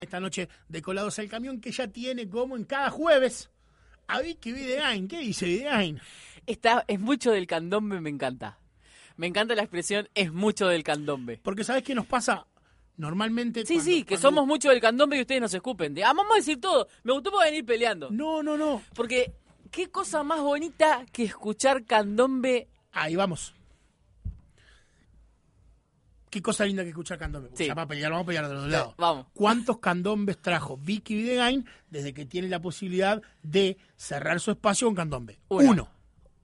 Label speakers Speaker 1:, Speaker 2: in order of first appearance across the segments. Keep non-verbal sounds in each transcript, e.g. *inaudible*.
Speaker 1: esta noche de Colados al Camión, que ya tiene como en cada jueves a Vicky Videgain. ¿Qué dice Videgain?
Speaker 2: Esta es mucho del candombe, me encanta. Me encanta la expresión es mucho del candombe.
Speaker 1: Porque ¿sabés qué nos pasa? Normalmente...
Speaker 2: Sí,
Speaker 1: cuando-
Speaker 2: sí, que
Speaker 1: cuando-
Speaker 2: somos mucho del candombe y ustedes nos escupen. De, ah, vamos a decir todo. Me gustó por venir peleando.
Speaker 1: No, no, no.
Speaker 2: Porque qué cosa más bonita que escuchar candombe.
Speaker 1: Ahí vamos. Qué cosa linda que escuchar candombe.
Speaker 2: Sí.
Speaker 1: Ya va a pelear, vamos a pelear de los dos lados.
Speaker 2: vamos.
Speaker 1: ¿Cuántos candombes trajo Vicky Videgain desde que tiene la posibilidad de cerrar su espacio con candombe?
Speaker 2: Uno.
Speaker 1: Uno.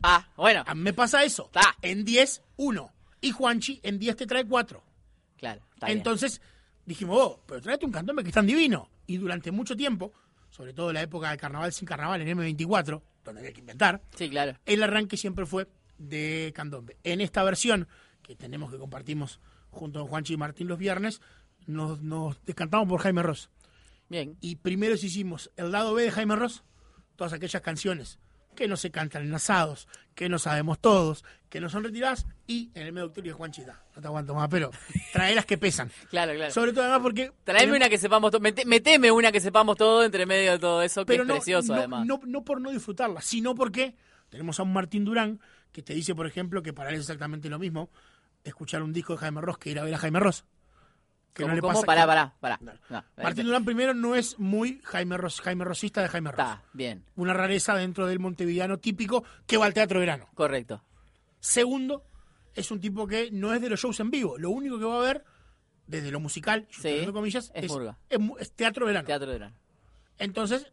Speaker 2: Ah, bueno.
Speaker 1: A mí me pasa eso.
Speaker 2: Ta.
Speaker 1: En 10, uno. Y Juanchi en 10 te trae cuatro.
Speaker 2: Claro. está bien.
Speaker 1: Entonces dijimos, oh, pero tráete un candombe que es tan divino. Y durante mucho tiempo, sobre todo en la época del carnaval sin carnaval en M24, donde había que inventar,
Speaker 2: Sí, claro.
Speaker 1: el arranque siempre fue de candombe. En esta versión, que tenemos que compartimos junto con Juanchi y Martín los viernes, nos, nos descantamos por Jaime Ross.
Speaker 2: Bien.
Speaker 1: Y primero hicimos el lado B de Jaime Ross, todas aquellas canciones que no se cantan en asados, que no sabemos todos, que no son retiradas, y en el medio de octubre Juanchi, da, no te aguanto más, pero trae las que pesan.
Speaker 2: Claro, claro.
Speaker 1: Sobre todo además porque...
Speaker 2: Traeme una que sepamos todo. Meteme una que sepamos todo entre medio de todo eso, que
Speaker 1: pero
Speaker 2: es
Speaker 1: no,
Speaker 2: precioso
Speaker 1: no-
Speaker 2: además.
Speaker 1: No, no por no disfrutarla, sino porque tenemos a un Martín Durán que te dice, por ejemplo, que para él es exactamente lo mismo escuchar un disco de Jaime Ross que ir a ver a Jaime Ross. Que
Speaker 2: ¿Cómo,
Speaker 1: no le
Speaker 2: cómo?
Speaker 1: pasa-
Speaker 2: Pará, pará, pará.
Speaker 1: No.
Speaker 2: No,
Speaker 1: Martín Durán primero no es muy Jaime Ross, Jaime Rosista de Jaime Ross.
Speaker 2: Está, bien.
Speaker 1: Una rareza dentro del montevideano típico que va al teatro verano.
Speaker 2: Correcto.
Speaker 1: Segundo, es un tipo que no es de los shows en vivo. Lo único que va a ver, desde lo musical,
Speaker 2: Sí,
Speaker 1: entre comillas,
Speaker 2: es murga.
Speaker 1: es mu- es teatro verano.
Speaker 2: Teatro de verano.
Speaker 1: Entonces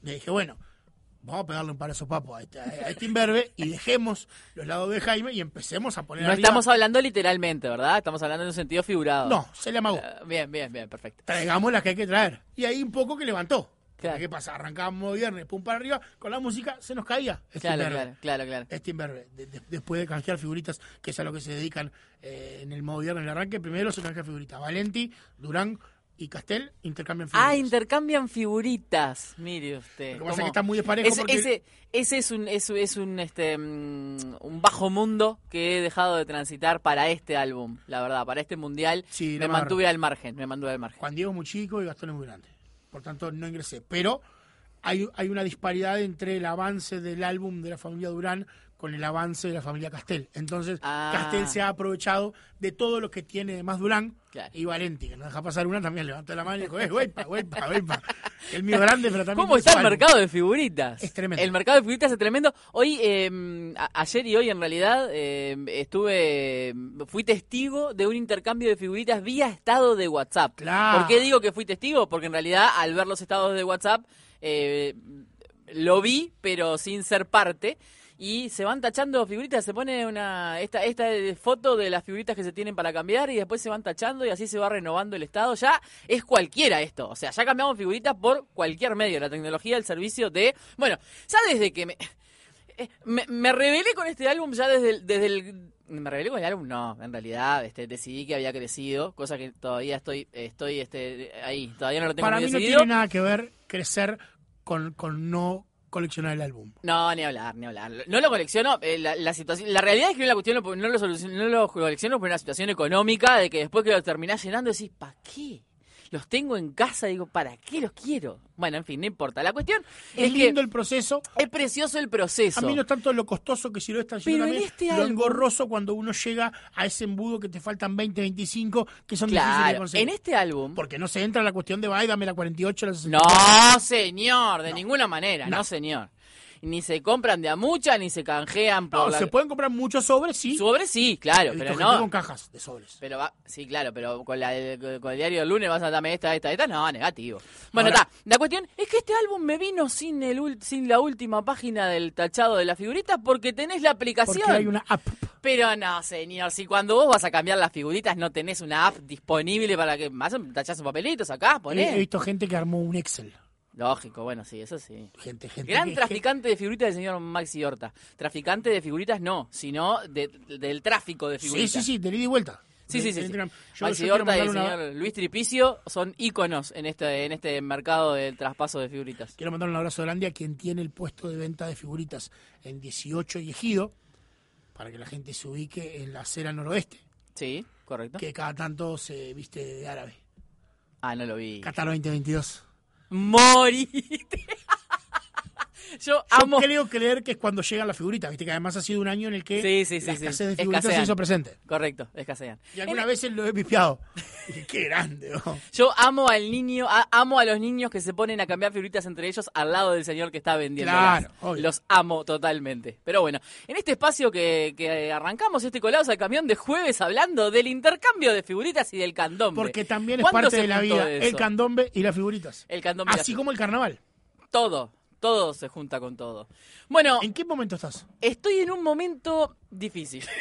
Speaker 1: le dije, bueno, vamos a pegarle un par de sopapos a este, a este imberbe y dejemos los lados de Jaime y empecemos a poner
Speaker 2: No
Speaker 1: arriba-
Speaker 2: estamos hablando literalmente, ¿verdad? Estamos hablando en un sentido figurado.
Speaker 1: No, se le amagó.
Speaker 2: Eh, Bien, bien, bien, perfecto.
Speaker 1: Traigamos las que hay que traer. Y ahí un poco que levantó. Porque,
Speaker 2: Claro.
Speaker 1: ¿Qué pasa? Arrancamos viernes, pum para arriba, con la música se nos caía. Este
Speaker 2: Claro,
Speaker 1: imberbe.
Speaker 2: claro, claro, claro.
Speaker 1: Este imberbe. De- de- después de canjear figuritas, que es a lo que se dedican eh, en el modo viernes en el arranque, primero se canjea figuritas. Valenti, Durán y Castel intercambian figuritas.
Speaker 2: Ah, intercambian figuritas. Mire usted.
Speaker 1: Lo que pasa es
Speaker 2: cómo-
Speaker 1: que está muy desparejo
Speaker 2: Ese-
Speaker 1: porque-
Speaker 2: ese, ese es un es, es un este mm, un bajo mundo que he dejado de transitar para este álbum, la verdad, para este mundial
Speaker 1: Sí, no
Speaker 2: me
Speaker 1: me
Speaker 2: mantuve al margen, me mantuve al margen.
Speaker 1: Juan Diego es muy chico y Gastón es muy grande. Por tanto, no ingresé. Pero hay, hay una disparidad entre el avance del álbum de la familia Durán con el avance de la familia Castel. Entonces,
Speaker 2: Ah.
Speaker 1: Castel se ha aprovechado de todo lo que tiene más Durán
Speaker 2: Claro.
Speaker 1: y Valenti, que no deja pasar una, también levantó la mano y dijo, eh, huepa, huepa, huepa. El mío es grande, pero también...
Speaker 2: ¿Cómo
Speaker 1: tiene su
Speaker 2: está el
Speaker 1: álbum.
Speaker 2: mercado de figuritas?
Speaker 1: Es tremendo.
Speaker 2: El mercado de figuritas es tremendo. Hoy, eh, a- ayer y hoy en realidad, eh, estuve, em, fui testigo de un intercambio de figuritas vía estado de WhatsApp.
Speaker 1: Claro.
Speaker 2: ¿Por qué digo que fui testigo? Porque en realidad, al ver los estados de WhatsApp, eh, lo vi, pero sin ser parte. Y se van tachando figuritas, se pone una esta esta eh, foto de las figuritas que se tienen para cambiar y después se van tachando y así se va renovando el estado. Ya es cualquiera esto, o sea, ya cambiamos figuritas por cualquier medio, la tecnología al servicio de, bueno, ya desde que me eh, me, me rebelé con este álbum ya desde el, desde el- me rebelé con el álbum no en realidad este decidí que había crecido cosa que todavía estoy estoy este ahí todavía no lo tengo
Speaker 1: Para
Speaker 2: muy
Speaker 1: mí no
Speaker 2: decidido
Speaker 1: tiene nada que ver crecer con, con no coleccionar el álbum.
Speaker 2: No, ni hablar, ni hablar. No lo colecciono. eh, la, la situación, la realidad es que la cuestión lo- no lo, solucion- no lo colecciono por una situación económica de que después que lo terminás llenando decís, ¿para qué? Los tengo en casa, digo, ¿para qué los quiero? Bueno, en fin, no importa. La cuestión
Speaker 1: Es,
Speaker 2: es,
Speaker 1: lindo
Speaker 2: que
Speaker 1: el proceso,
Speaker 2: es precioso el proceso.
Speaker 1: A mí no tanto lo costoso que si lo están sino
Speaker 2: Pero en
Speaker 1: también
Speaker 2: este
Speaker 1: lo
Speaker 2: álbum-
Speaker 1: engorroso cuando uno llega a ese embudo que te faltan 20, 25, que son difíciles de
Speaker 2: claro,
Speaker 1: conseguir.
Speaker 2: en este álbum.
Speaker 1: Porque no se entra en la cuestión de, ay, dame la 48, la 60.
Speaker 2: No, señor, de ninguna manera,
Speaker 1: No.
Speaker 2: no. señor. Ni se compran de a mucha, ni se canjean por
Speaker 1: No,
Speaker 2: la-
Speaker 1: se pueden comprar muchos sobres, sí.
Speaker 2: Sobre sí, claro,
Speaker 1: He visto
Speaker 2: pero
Speaker 1: gente
Speaker 2: no.
Speaker 1: con cajas de sobres.
Speaker 2: Pero va, sí, claro, pero con, la, del- con el diario del lunes vas a darme esta, esta, esta. No, negativo. Bueno,
Speaker 1: Ahora-
Speaker 2: está. La cuestión es que este álbum me vino sin el ul- sin la última página del tachado de las figuritas porque tenés la aplicación.
Speaker 1: Porque hay una app.
Speaker 2: Pero no, señor, si cuando vos vas a cambiar las figuritas no tenés una app disponible para que más tachás un papelito, sacás,
Speaker 1: eh, He, he
Speaker 2: ponés.
Speaker 1: visto gente que armó un Excel.
Speaker 2: Lógico, bueno, sí, eso sí.
Speaker 1: Gente, gente. que-
Speaker 2: Gran
Speaker 1: que-
Speaker 2: traficante de figuritas del señor Maxi Horta. Traficante de figuritas no, sino de- del tráfico de
Speaker 1: Sí,
Speaker 2: figuritas.
Speaker 1: sí, sí, de ida y vuelta.
Speaker 2: Sí, sí, sí,
Speaker 1: De-
Speaker 2: sí.
Speaker 1: de- Yo-
Speaker 2: Maxi
Speaker 1: yo quiero
Speaker 2: Horta y el
Speaker 1: mandar una-
Speaker 2: señor Luis Tripicio son íconos en este, en este mercado del traspaso de figuritas.
Speaker 1: Quiero mandar un abrazo grande a quien tiene el puesto de venta de figuritas en 18 y Ejido, para que la gente se ubique en la acera noroeste,
Speaker 2: Sí, correcto.
Speaker 1: que cada tanto se viste de árabe.
Speaker 2: Ah, no lo vi.
Speaker 1: Qatar 2022.
Speaker 2: Moriste. *laughs* Yo
Speaker 1: Yo
Speaker 2: amo.
Speaker 1: creo creer que es cuando llegan las figuritas, viste que además ha sido un año en el que
Speaker 2: Sí, sí, sí,
Speaker 1: la
Speaker 2: sí.
Speaker 1: escasez de figuritas
Speaker 2: Escasean.
Speaker 1: se hizo presente.
Speaker 2: Correcto, escasean.
Speaker 1: Y algunas veces lo he
Speaker 2: *laughs*
Speaker 1: pifiado. Dije, Qué grande, oh. ¿no?
Speaker 2: Yo amo al niño, a- amo a los niños que se ponen a cambiar figuritas entre ellos al lado del señor que está vendiendo.
Speaker 1: Claro, obvio.
Speaker 2: Los amo totalmente. Pero bueno, en este espacio que, que arrancamos, este colados al camión de jueves hablando del intercambio de figuritas y del candombe.
Speaker 1: Porque también es
Speaker 2: ¿Cuándo
Speaker 1: parte
Speaker 2: se
Speaker 1: de la
Speaker 2: juntó
Speaker 1: vida el
Speaker 2: eso?
Speaker 1: candombe y las figuritas.
Speaker 2: El candombe.
Speaker 1: Así como el carnaval.
Speaker 2: Todo, todo se junta con todo. Bueno,
Speaker 1: ¿En qué momento estás?
Speaker 2: estoy en un momento difícil. *laughs*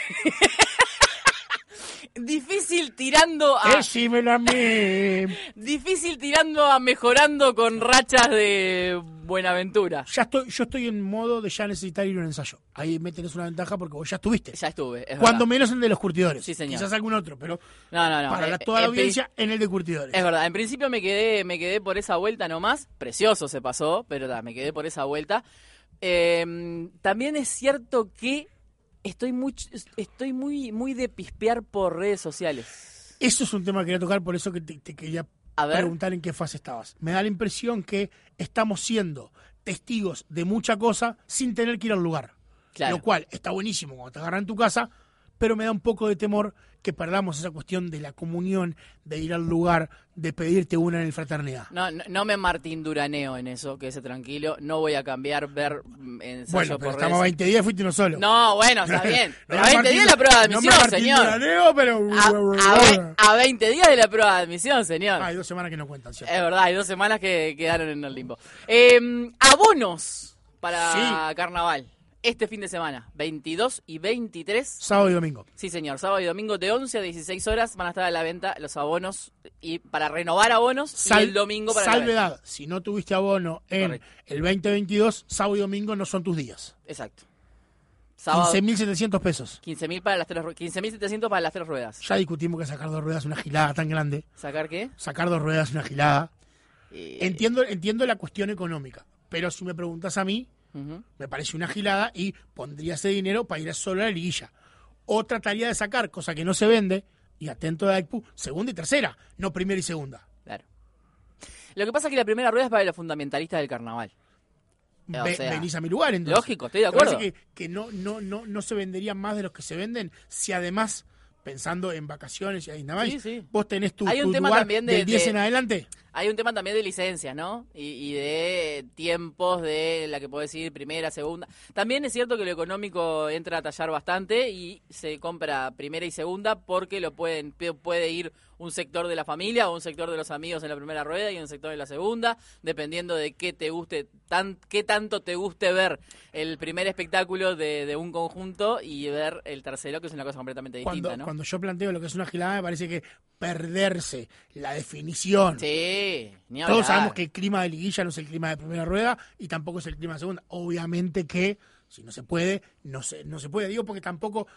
Speaker 2: difícil tirando a...
Speaker 1: Decímelo a mí.
Speaker 2: Difícil tirando a mejorando con rachas de Buenaventura.
Speaker 1: Ya estoy, yo estoy en modo de ya necesitar ir a un ensayo. Ahí me tenés una ventaja porque vos ya estuviste.
Speaker 2: Ya estuve. Es
Speaker 1: Cuando
Speaker 2: verdad.
Speaker 1: menos el de los curtidores.
Speaker 2: Sí, señor.
Speaker 1: Quizás algún otro, pero
Speaker 2: No, no, no.
Speaker 1: para la-
Speaker 2: Eh,
Speaker 1: toda la
Speaker 2: eh, pe-
Speaker 1: audiencia, en el de curtidores.
Speaker 2: Es verdad, en principio me quedé, me quedé por esa vuelta nomás. Precioso se pasó, pero ta, me quedé por esa vuelta. Eh, también es cierto que estoy muy, estoy muy, muy de pispear por redes sociales.
Speaker 1: Eso es un tema que quería tocar, por eso que te, te quería
Speaker 2: A ver.
Speaker 1: preguntar en qué fase estabas. Me da la impresión que estamos siendo testigos de mucha cosa sin tener que ir al lugar.
Speaker 2: Claro.
Speaker 1: Lo cual está buenísimo cuando te agarran en tu casa, pero me da un poco de temor que perdamos esa cuestión de la comunión, de ir al lugar, de pedirte una en el fraternidad.
Speaker 2: No, no, no me Martín Duraneo en eso, quédese tranquilo. No voy a cambiar ver mm, ensayo
Speaker 1: bueno, pero
Speaker 2: por
Speaker 1: estamos a
Speaker 2: redes.
Speaker 1: 20 días y fuiste uno solo.
Speaker 2: No, bueno, está bien.
Speaker 1: *laughs* No
Speaker 2: Pero
Speaker 1: me
Speaker 2: a 20
Speaker 1: Martín-
Speaker 2: días la prueba de
Speaker 1: no me
Speaker 2: admisión,
Speaker 1: Martín
Speaker 2: señor.
Speaker 1: Duraneo, pero...
Speaker 2: A, a ve- a 20 días de la prueba de admisión, señor.
Speaker 1: Ah, hay dos semanas que no cuentan, ¿cierto?
Speaker 2: Es verdad, hay dos semanas que quedaron en el limbo. Eh, abonos para
Speaker 1: Sí.
Speaker 2: carnaval. Este fin de semana, 22 y 23.
Speaker 1: Sábado y domingo.
Speaker 2: Sí, señor. Sábado y domingo de 11 a 16 horas van a estar a la venta los abonos y para renovar abonos
Speaker 1: Sal-
Speaker 2: y el domingo para la venta.
Speaker 1: salvedad, si no tuviste abono en
Speaker 2: Correcto.
Speaker 1: el 2022, sábado y domingo no son tus días.
Speaker 2: Exacto. Sábado
Speaker 1: 15.700 pesos.
Speaker 2: 15.000 para las tres ru- 15.700 para las tres ruedas.
Speaker 1: Ya discutimos que sacar dos ruedas es una gilada tan grande.
Speaker 2: ¿Sacar qué?
Speaker 1: Sacar dos ruedas es una gilada.
Speaker 2: Eh,
Speaker 1: Entiendo, entiendo la cuestión económica, pero si me preguntas a mí,
Speaker 2: ujú.
Speaker 1: me parece una gilada y pondría ese dinero para ir solo a la liguilla. O trataría de sacar, cosa que no se vende, y atento a Daikpu, segunda y tercera, no primera y segunda.
Speaker 2: Claro. Lo que pasa es que la primera rueda es para los fundamentalistas del carnaval. Eh, o
Speaker 1: Ve-
Speaker 2: sea,
Speaker 1: venís a mi lugar, entonces.
Speaker 2: lógico, estoy de
Speaker 1: Me parece
Speaker 2: acuerdo.
Speaker 1: Que, que no, no, no, no se venderían más de los que se venden si además, pensando en vacaciones y ahí nada más,
Speaker 2: Sí, sí.
Speaker 1: vos tenés tu,
Speaker 2: Hay un
Speaker 1: tu
Speaker 2: tema
Speaker 1: lugar
Speaker 2: también de-
Speaker 1: del 10
Speaker 2: de-
Speaker 1: en adelante.
Speaker 2: Hay un tema también de licencias, ¿no? Y, y de tiempos de la que puedes ir primera, segunda. También es cierto que lo económico entra a tallar bastante y se compra primera y segunda porque lo pueden pe- puede ir un sector de la familia o un sector de los amigos en la primera rueda y un sector en la segunda, dependiendo de qué te guste, tan, qué tanto te guste ver el primer espectáculo de, de un conjunto y ver el tercero, que es una cosa completamente
Speaker 1: Cuando,
Speaker 2: distinta, ¿no?
Speaker 1: cuando yo planteo lo que es una gilada, me parece que perderse la definición.
Speaker 2: Sí, ni hablar.
Speaker 1: Todos sabemos que el clima de liguilla no es el clima de primera rueda y tampoco es el clima de segunda. Obviamente que, si no se puede, no se, no se puede. Digo porque tampoco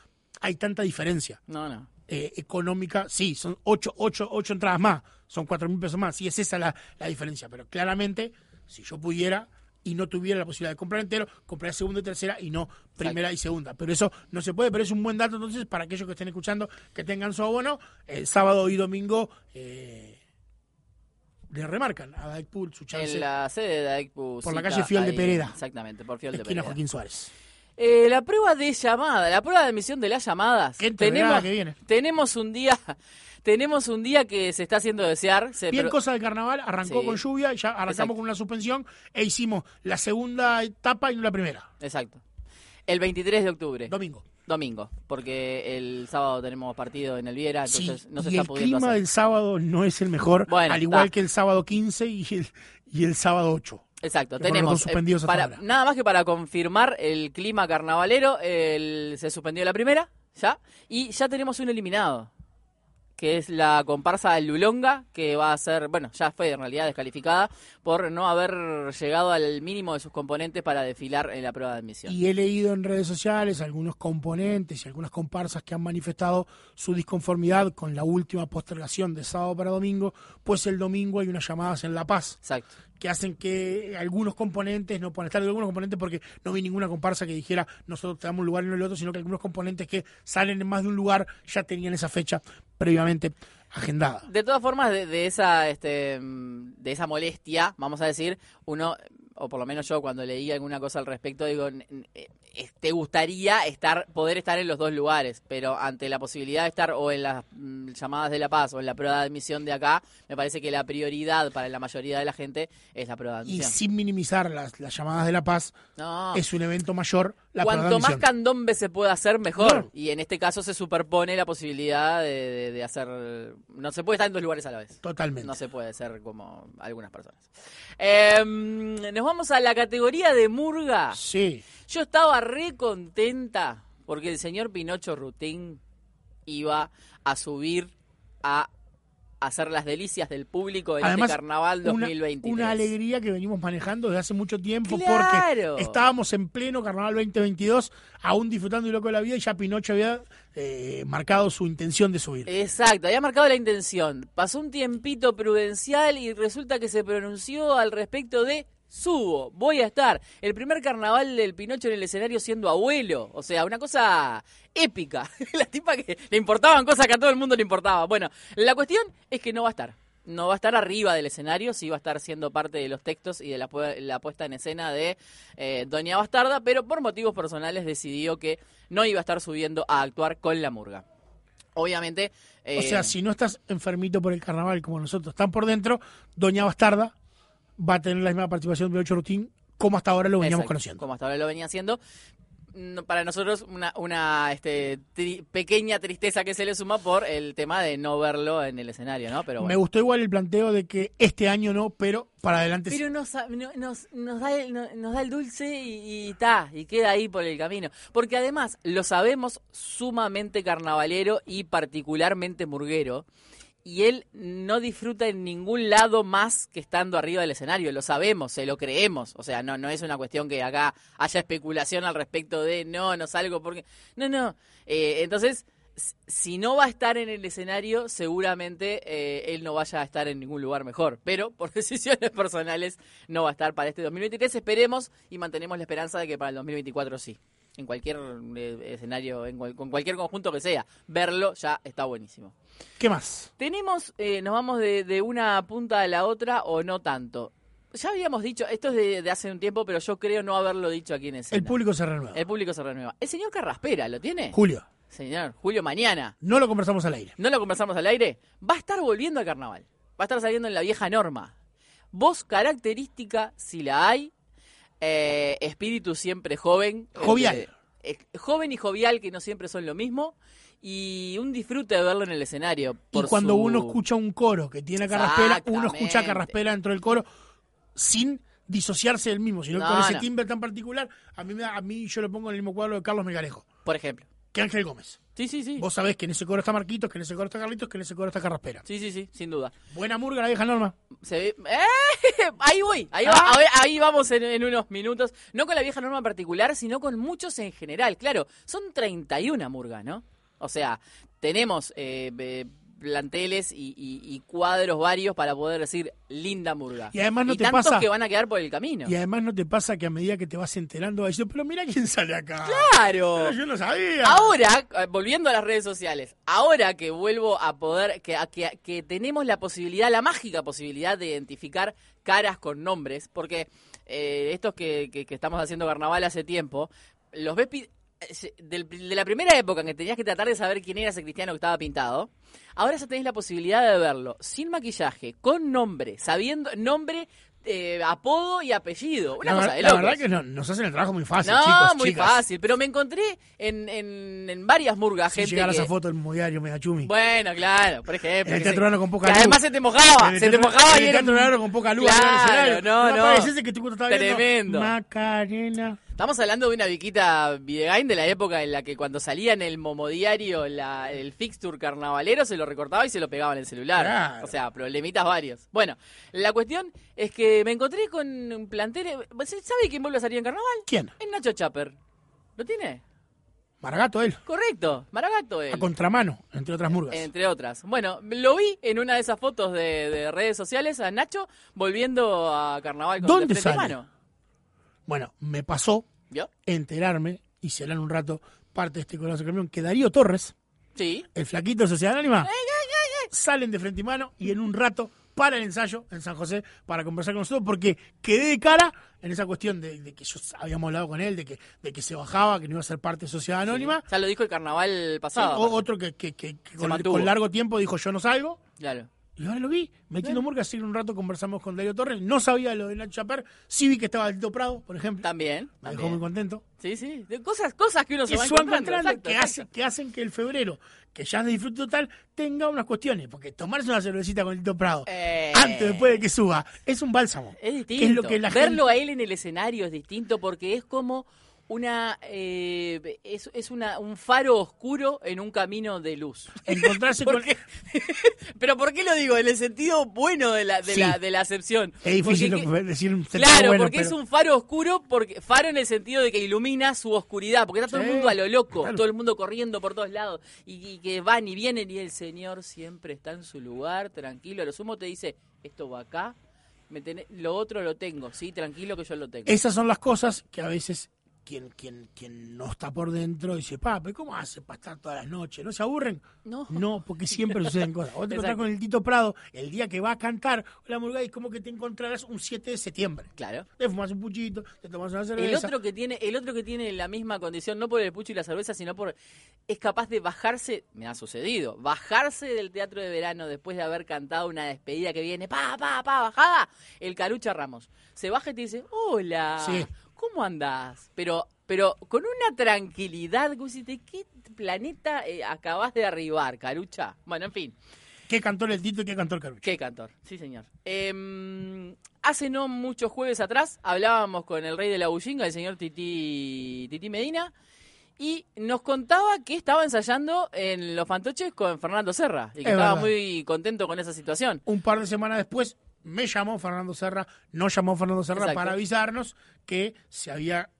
Speaker 1: hay tanta diferencia.
Speaker 2: No, no.
Speaker 1: eh, económica, sí, son 8, ocho ocho entradas más, son cuatro mil pesos más, sí, es esa la, la diferencia, pero claramente, si yo pudiera y no tuviera la posibilidad de comprar entero, compraría segunda y tercera y no primera y segunda, pero eso no se puede, pero es un buen dato entonces para aquellos que estén escuchando, que tengan su abono, el sábado y domingo eh, le remarcan a Daikpool su chance,
Speaker 2: En la sede de Daikpu.
Speaker 1: Por la
Speaker 2: cita
Speaker 1: calle Fiol de
Speaker 2: ahí,
Speaker 1: Pereda.
Speaker 2: Exactamente, por Fiol de
Speaker 1: esquina
Speaker 2: Pereda.
Speaker 1: Joaquín Suárez.
Speaker 2: Eh, la prueba de llamada, la prueba de emisión de las llamadas.
Speaker 1: Qué
Speaker 2: tenemos,
Speaker 1: enterrada que viene.
Speaker 2: tenemos un día, *laughs* tenemos un día que se está haciendo desear. se-
Speaker 1: Bien
Speaker 2: pero-
Speaker 1: cosa de carnaval, arrancó
Speaker 2: Sí.
Speaker 1: con lluvia, ya arrancamos
Speaker 2: Exacto.
Speaker 1: con una suspensión e hicimos la segunda etapa y no la primera,
Speaker 2: Exacto. El 23 de octubre,
Speaker 1: domingo.
Speaker 2: domingo, porque el sábado tenemos partido en el Viera, Ah, entonces
Speaker 1: Sí,
Speaker 2: no se
Speaker 1: y
Speaker 2: está
Speaker 1: el
Speaker 2: pudiendo
Speaker 1: clima
Speaker 2: hacer.
Speaker 1: del sábado no es el mejor,
Speaker 2: Bueno,
Speaker 1: al igual
Speaker 2: está.
Speaker 1: que el sábado 15 y el, y el sábado 8.
Speaker 2: Exacto,
Speaker 1: Que fueron
Speaker 2: tenemos
Speaker 1: los suspendidos
Speaker 2: eh,
Speaker 1: hasta
Speaker 2: para,
Speaker 1: ahora.
Speaker 2: nada más que para confirmar el clima carnavalero, el- se suspendió la primera, ¿Ya? Y ya tenemos un eliminado, que es la comparsa del Lulonga, que va a ser, bueno, ya fue en realidad descalificada por no haber llegado al mínimo de sus componentes para desfilar en la prueba de admisión.
Speaker 1: Y he leído en redes sociales algunos componentes y algunas comparsas que han manifestado su disconformidad con la última postergación de sábado para domingo, pues el domingo hay unas llamadas en La Paz
Speaker 2: Exacto.
Speaker 1: que hacen que algunos componentes, no puedan estar algunos componentes porque no vi ninguna comparsa que dijera nosotros te damos un lugar y no el otro, sino que algunos componentes que salen en más de un lugar ya tenían esa fecha previamente agendada.
Speaker 2: De todas formas, de, de esa este, mm, de esa molestia, vamos a decir, uno, o por lo menos yo cuando leí alguna cosa al respecto, digo, n- n- eh, es- te gustaría estar poder estar en los dos lugares, pero ante la posibilidad de estar o en las mm, llamadas de La Paz o en la prueba de admisión de acá, me parece que la prioridad para la mayoría de la gente es la prueba de
Speaker 1: Y
Speaker 2: admisión.
Speaker 1: sin minimizar las, las llamadas de La Paz,
Speaker 2: No.
Speaker 1: es un evento mayor la prueba de
Speaker 2: Ah. Cuanto más
Speaker 1: admisión.
Speaker 2: candombe se pueda hacer, mejor.
Speaker 1: Claro.
Speaker 2: Y en este caso se superpone la posibilidad de, de- de hacer... No se puede estar en dos lugares a la vez.
Speaker 1: Totalmente.
Speaker 2: No se puede ser como algunas personas. Em, nos vamos a la categoría de murga.
Speaker 1: Sí.
Speaker 2: Yo estaba re contenta porque el señor Pinocho Rutín iba a subir a hacer las delicias del público en
Speaker 1: Además,
Speaker 2: este carnaval
Speaker 1: una,
Speaker 2: 2023.
Speaker 1: una alegría que venimos manejando desde hace mucho tiempo
Speaker 2: ¡Claro!
Speaker 1: porque estábamos en pleno Carnaval 2022, aún disfrutando y loco de la vida, y ya Pinocho había eh, marcado su intención de subir.
Speaker 2: Exacto, había marcado la intención. Pasó un tiempito prudencial y resulta que se pronunció al respecto de subo, voy a estar. El primer carnaval del Pinocho en el escenario siendo abuelo. O sea, una cosa épica. *laughs* la tipa que le importaban cosas que a todo el mundo le importaba. Bueno, la cuestión es que no va a estar. No va a estar arriba del escenario, sí va a estar siendo parte de los textos y de la, pue- la puesta en escena de eh, Doña Bastarda, pero por motivos personales decidió que no iba a estar subiendo a actuar con la murga. Obviamente.
Speaker 1: o
Speaker 2: eh,
Speaker 1: sea, si no estás enfermito por el carnaval como nosotros, están por dentro, Doña Bastarda va a tener la misma participación de Pinocho Rutín como hasta ahora lo veníamos
Speaker 2: exacto,
Speaker 1: conociendo.
Speaker 2: Como hasta ahora lo venía haciendo. No, Para nosotros, una, una este, tri- pequeña tristeza que se le suma por el tema de no verlo en el escenario, ¿no? Pero
Speaker 1: Me
Speaker 2: bueno.
Speaker 1: gustó igual el planteo de que este año no, pero para adelante sí.
Speaker 2: Pero nos, no- nos, nos da el, no- nos da el dulce y, y ta, y queda ahí por el camino. Porque además lo sabemos sumamente carnavalero y particularmente murguero. Y él no disfruta en ningún lado más que estando arriba del escenario. Lo sabemos, se lo creemos. O sea, no, no es una cuestión que acá haya especulación al respecto de no, no salgo porque. No, no. Eh, entonces, s- si no va a estar en el escenario, seguramente eh, él no vaya a estar en ningún lugar mejor. Pero por *laughs* decisiones personales no va a estar para este 2023. Esperemos y mantenemos la esperanza de que para el 2024 sí. En cualquier eh, escenario, en cual- con cualquier conjunto que sea, verlo ya está buenísimo.
Speaker 1: ¿Qué más?
Speaker 2: Tenemos, eh, nos vamos de, de una punta a la otra o no tanto. Ya habíamos dicho, esto es de, de hace un tiempo, pero yo creo no haberlo dicho aquí en escena. Eh,
Speaker 1: El público se renueva.
Speaker 2: El público se renueva. ¿El señor Carraspera lo tiene?
Speaker 1: Julio,
Speaker 2: señor Julio Mañana.
Speaker 1: no lo conversamos al aire.
Speaker 2: No lo conversamos al aire. Va a estar volviendo al carnaval. Va a estar saliendo en la vieja norma. Voz característica, si la hay. Eh, espíritu siempre joven.
Speaker 1: Jovial.
Speaker 2: Eh, eh, joven y jovial, que no siempre son lo mismo. Y un disfrute de verlo en el escenario.
Speaker 1: Y
Speaker 2: por
Speaker 1: cuando
Speaker 2: su-
Speaker 1: uno escucha un coro que tiene a Carraspela, uno escucha a
Speaker 2: Exactamente.
Speaker 1: Carraspela dentro del coro sin disociarse del mismo, sino que
Speaker 2: No,
Speaker 1: con ese
Speaker 2: no.
Speaker 1: timbre tan particular, a mí, me da- a mí yo lo pongo en el mismo cuadro de Carlos Megarejo,
Speaker 2: Por ejemplo.
Speaker 1: que Ángel Gómez.
Speaker 2: Sí, sí, sí.
Speaker 1: Vos sabés que en ese coro está Marquitos, que en ese coro está Carlitos, que en ese coro está Carraspera.
Speaker 2: Sí, sí, sí, sin duda.
Speaker 1: Buena murga la vieja Norma.
Speaker 2: Se ve- ¡Eh! *laughs* Ahí voy, ahí, va-
Speaker 1: Ah.
Speaker 2: ahí- ahí vamos en, en unos minutos. No con la vieja norma en particular, sino con muchos en general. Claro, son 31 murgas, ¿no? O sea, tenemos eh, eh, planteles y, y- y cuadros varios para poder decir linda murga.
Speaker 1: Y además no te
Speaker 2: tantos
Speaker 1: pasa-
Speaker 2: que van a quedar por el camino.
Speaker 1: Y además no te pasa que a medida que te vas enterando vas diciendo, pero mira quién sale acá.
Speaker 2: Claro.
Speaker 1: Pero yo no sabía.
Speaker 2: Ahora, eh, volviendo a las redes sociales, ahora que vuelvo a poder, que, a- que, a- que tenemos la posibilidad, la mágica posibilidad de identificar caras con nombres, porque eh, estos que, que- que estamos haciendo carnaval hace tiempo, los ves pi- eh, se- del- de la primera época en que tenías que tratar de saber quién era ese cristiano que estaba pintado, ahora ya tenés la posibilidad de verlo sin maquillaje, con nombre, sabiendo nombre, eh, apodo y apellido. Una
Speaker 1: la,
Speaker 2: cosa
Speaker 1: ver-
Speaker 2: de
Speaker 1: la
Speaker 2: locos.
Speaker 1: verdad que no- nos hacen el trabajo muy fácil,
Speaker 2: No,
Speaker 1: chicos,
Speaker 2: muy
Speaker 1: chicas.
Speaker 2: fácil. Pero me encontré en, en, en varias murgas,
Speaker 1: Si
Speaker 2: gente.
Speaker 1: llegara
Speaker 2: que-
Speaker 1: esa foto del mundial, me da chumi.
Speaker 2: Bueno, claro, por ejemplo.
Speaker 1: En este el
Speaker 2: que
Speaker 1: Teatro
Speaker 2: se-
Speaker 1: Verano con poca
Speaker 2: que
Speaker 1: luz.
Speaker 2: Además se te mojaba,
Speaker 1: En el
Speaker 2: se te
Speaker 1: teatro-
Speaker 2: mojaba
Speaker 1: en
Speaker 2: y
Speaker 1: el
Speaker 2: era.
Speaker 1: teatro verano con poca luz.
Speaker 2: Claro,
Speaker 1: arriba del escenario.
Speaker 2: no, no.
Speaker 1: apareces que tú estás viendo
Speaker 2: Tremendo.
Speaker 1: Macarena.
Speaker 2: Estamos hablando de una viquita Videgain de la época en la que cuando salía en el momodiario la, el fixture carnavalero se lo recortaba y se lo pegaba en el celular.
Speaker 1: Claro.
Speaker 2: O sea, problemitas varios. Bueno, la cuestión es que me encontré con un plantel. ¿Sabe quién vuelve a salir en carnaval?
Speaker 1: ¿Quién?
Speaker 2: Es Nacho Chaper. ¿Lo tiene?
Speaker 1: Maragato él.
Speaker 2: Correcto, Maragato él.
Speaker 1: A contramano, entre otras murgas.
Speaker 2: Entre otras. Bueno, lo vi en una de esas fotos de, de redes sociales a Nacho volviendo a carnaval con
Speaker 1: ¿Dónde
Speaker 2: de frente
Speaker 1: sale?
Speaker 2: mano.
Speaker 1: Bueno, me pasó
Speaker 2: ¿Vio?
Speaker 1: enterarme, y será en un rato parte de este coloso camión, que Darío Torres,
Speaker 2: Sí.
Speaker 1: el flaquito de Sociedad Anónima, salen de frente y mano y en un rato para el ensayo en San José para conversar con nosotros porque quedé de cara en esa cuestión de, de que yo habíamos hablado con él, de que, de que se bajaba, que no iba a ser parte de Sociedad Anónima.
Speaker 2: Ya lo dijo el carnaval pasado.
Speaker 1: O- otro que, que- que- que con,
Speaker 2: mantuvo.
Speaker 1: con largo tiempo dijo yo no salgo.
Speaker 2: Claro.
Speaker 1: Y ahora lo vi, metiendo murga, así que un rato conversamos con Darío Torres, no sabía lo de Nacho Chaper, sí vi que estaba el Tito Prado, por ejemplo,
Speaker 2: También.
Speaker 1: me
Speaker 2: también.
Speaker 1: dejó muy contento.
Speaker 2: Sí, sí. De Cosas, cosas que uno se
Speaker 1: que
Speaker 2: va
Speaker 1: se van
Speaker 2: encontrando.
Speaker 1: encontrando,
Speaker 2: exacto,
Speaker 1: que,
Speaker 2: exacto.
Speaker 1: hacen, que hacen que el febrero, que ya es de disfrute total, tenga unas cuestiones. Porque tomarse una cervecita con el Tito Prado,
Speaker 2: Eh.
Speaker 1: antes o después de que suba, es un bálsamo.
Speaker 2: Es distinto.
Speaker 1: Que es lo que la
Speaker 2: Verlo
Speaker 1: gente...
Speaker 2: a él en el escenario es distinto porque es como una eh, es, es una, un faro oscuro en un camino de luz. *laughs*
Speaker 1: Encontrarse con...
Speaker 2: Pero ¿por qué lo digo? En el sentido bueno de la, de
Speaker 1: Sí.
Speaker 2: la, de la acepción.
Speaker 1: Es difícil
Speaker 2: Porque-
Speaker 1: lo que- decir un sentido
Speaker 2: Claro,
Speaker 1: bueno,
Speaker 2: porque es
Speaker 1: pero-
Speaker 2: un faro oscuro, porque faro en el sentido de que ilumina su oscuridad, porque está todo
Speaker 1: Sí,
Speaker 2: el mundo a lo loco,
Speaker 1: claro.
Speaker 2: todo el mundo corriendo por todos lados, y, y que van y vienen, y el Señor siempre está en su lugar, tranquilo, a lo sumo te dice, esto va acá, me tenés- lo otro lo tengo, sí, tranquilo que yo lo tengo.
Speaker 1: Esas son las cosas que a veces quien, quien, quien no está por dentro dice, pa, pero ¿cómo hace para estar todas las noches? ¿No se aburren?
Speaker 2: No.
Speaker 1: No, porque siempre suceden cosas. Vos te encontrás
Speaker 2: Exacto.
Speaker 1: con el Tito Prado el día que va a cantar la murga y es como que te encontrarás un 7 de septiembre.
Speaker 2: Claro.
Speaker 1: Te fumás un puchito, te tomás una cerveza.
Speaker 2: El otro que tiene, el otro que tiene la misma condición, no por el pucho y la cerveza, sino por es capaz de bajarse, me ha sucedido, bajarse del teatro de verano después de haber cantado una despedida que viene, pa, pa, pa, bajada, el Carucha Ramos. Se baja y te dice, hola,
Speaker 1: Sí.
Speaker 2: ¿cómo andás? Pero, pero con una tranquilidad, Gusi, ¿de qué planeta eh, acabás de arribar, Carucha? Bueno, en fin.
Speaker 1: ¿Qué cantó el Tito y qué cantó el Carucho?
Speaker 2: Qué cantor, sí señor. Em, hace no muchos jueves atrás hablábamos con el rey de la bullinga, el señor Titi, Titi Medina, y nos contaba que estaba ensayando en Los Fantoches con Fernando Serra, y que
Speaker 1: Es
Speaker 2: estaba
Speaker 1: verdad.
Speaker 2: muy contento con esa situación.
Speaker 1: Un par de semanas después me llamó Fernando Serra, no llamó Fernando Serra
Speaker 2: Exacto.
Speaker 1: para avisarnos que se había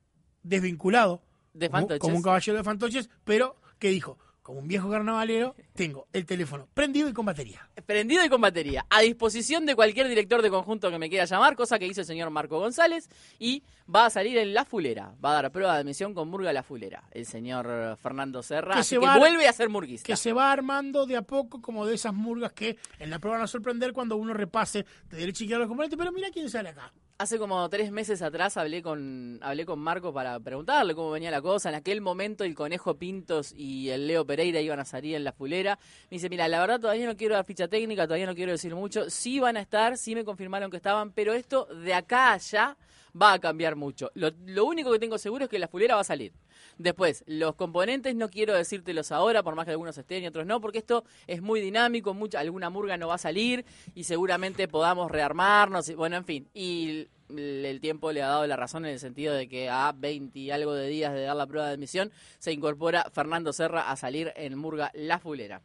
Speaker 1: desvinculado
Speaker 2: De
Speaker 1: como,
Speaker 2: Fantoches.
Speaker 1: como un caballero de fantoches, pero que dijo, como un viejo carnavalero, tengo el teléfono prendido y con batería.
Speaker 2: Prendido y con batería, a disposición de cualquier director de conjunto que me quiera llamar, cosa que hizo el señor Marco González, y va a salir en La Fulera, va a dar prueba de admisión con Murga La Fulera, el señor Fernando Serra,
Speaker 1: Que
Speaker 2: así
Speaker 1: se
Speaker 2: que
Speaker 1: va a-
Speaker 2: vuelve a ser murguista.
Speaker 1: que se va armando de a poco como de esas murgas que en la prueba van a sorprender cuando uno repase de derecha y izquierda los componentes, pero mira quién sale acá.
Speaker 2: Hace como tres meses atrás hablé con hablé con Marco para preguntarle cómo venía la cosa. En aquel momento el Conejo Pintos y el Leo Pereira iban a salir en la fulera. Me dice, mira, la verdad todavía no quiero dar ficha técnica, todavía no quiero decir mucho. Sí van a estar, sí me confirmaron que estaban, pero esto de acá a allá va a cambiar mucho. Lo, lo único que tengo seguro es que la fulera va a salir. Después, los componentes no quiero decírtelos ahora, por más que algunos estén y otros no, porque esto es muy dinámico, mucha, alguna murga no va a salir y seguramente podamos rearmarnos. y- Bueno, en fin. Y el, el tiempo le ha dado la razón en el sentido de que a 20 y algo de días de dar la prueba de admisión se incorpora Fernando Serra a salir en Murga La Fulera.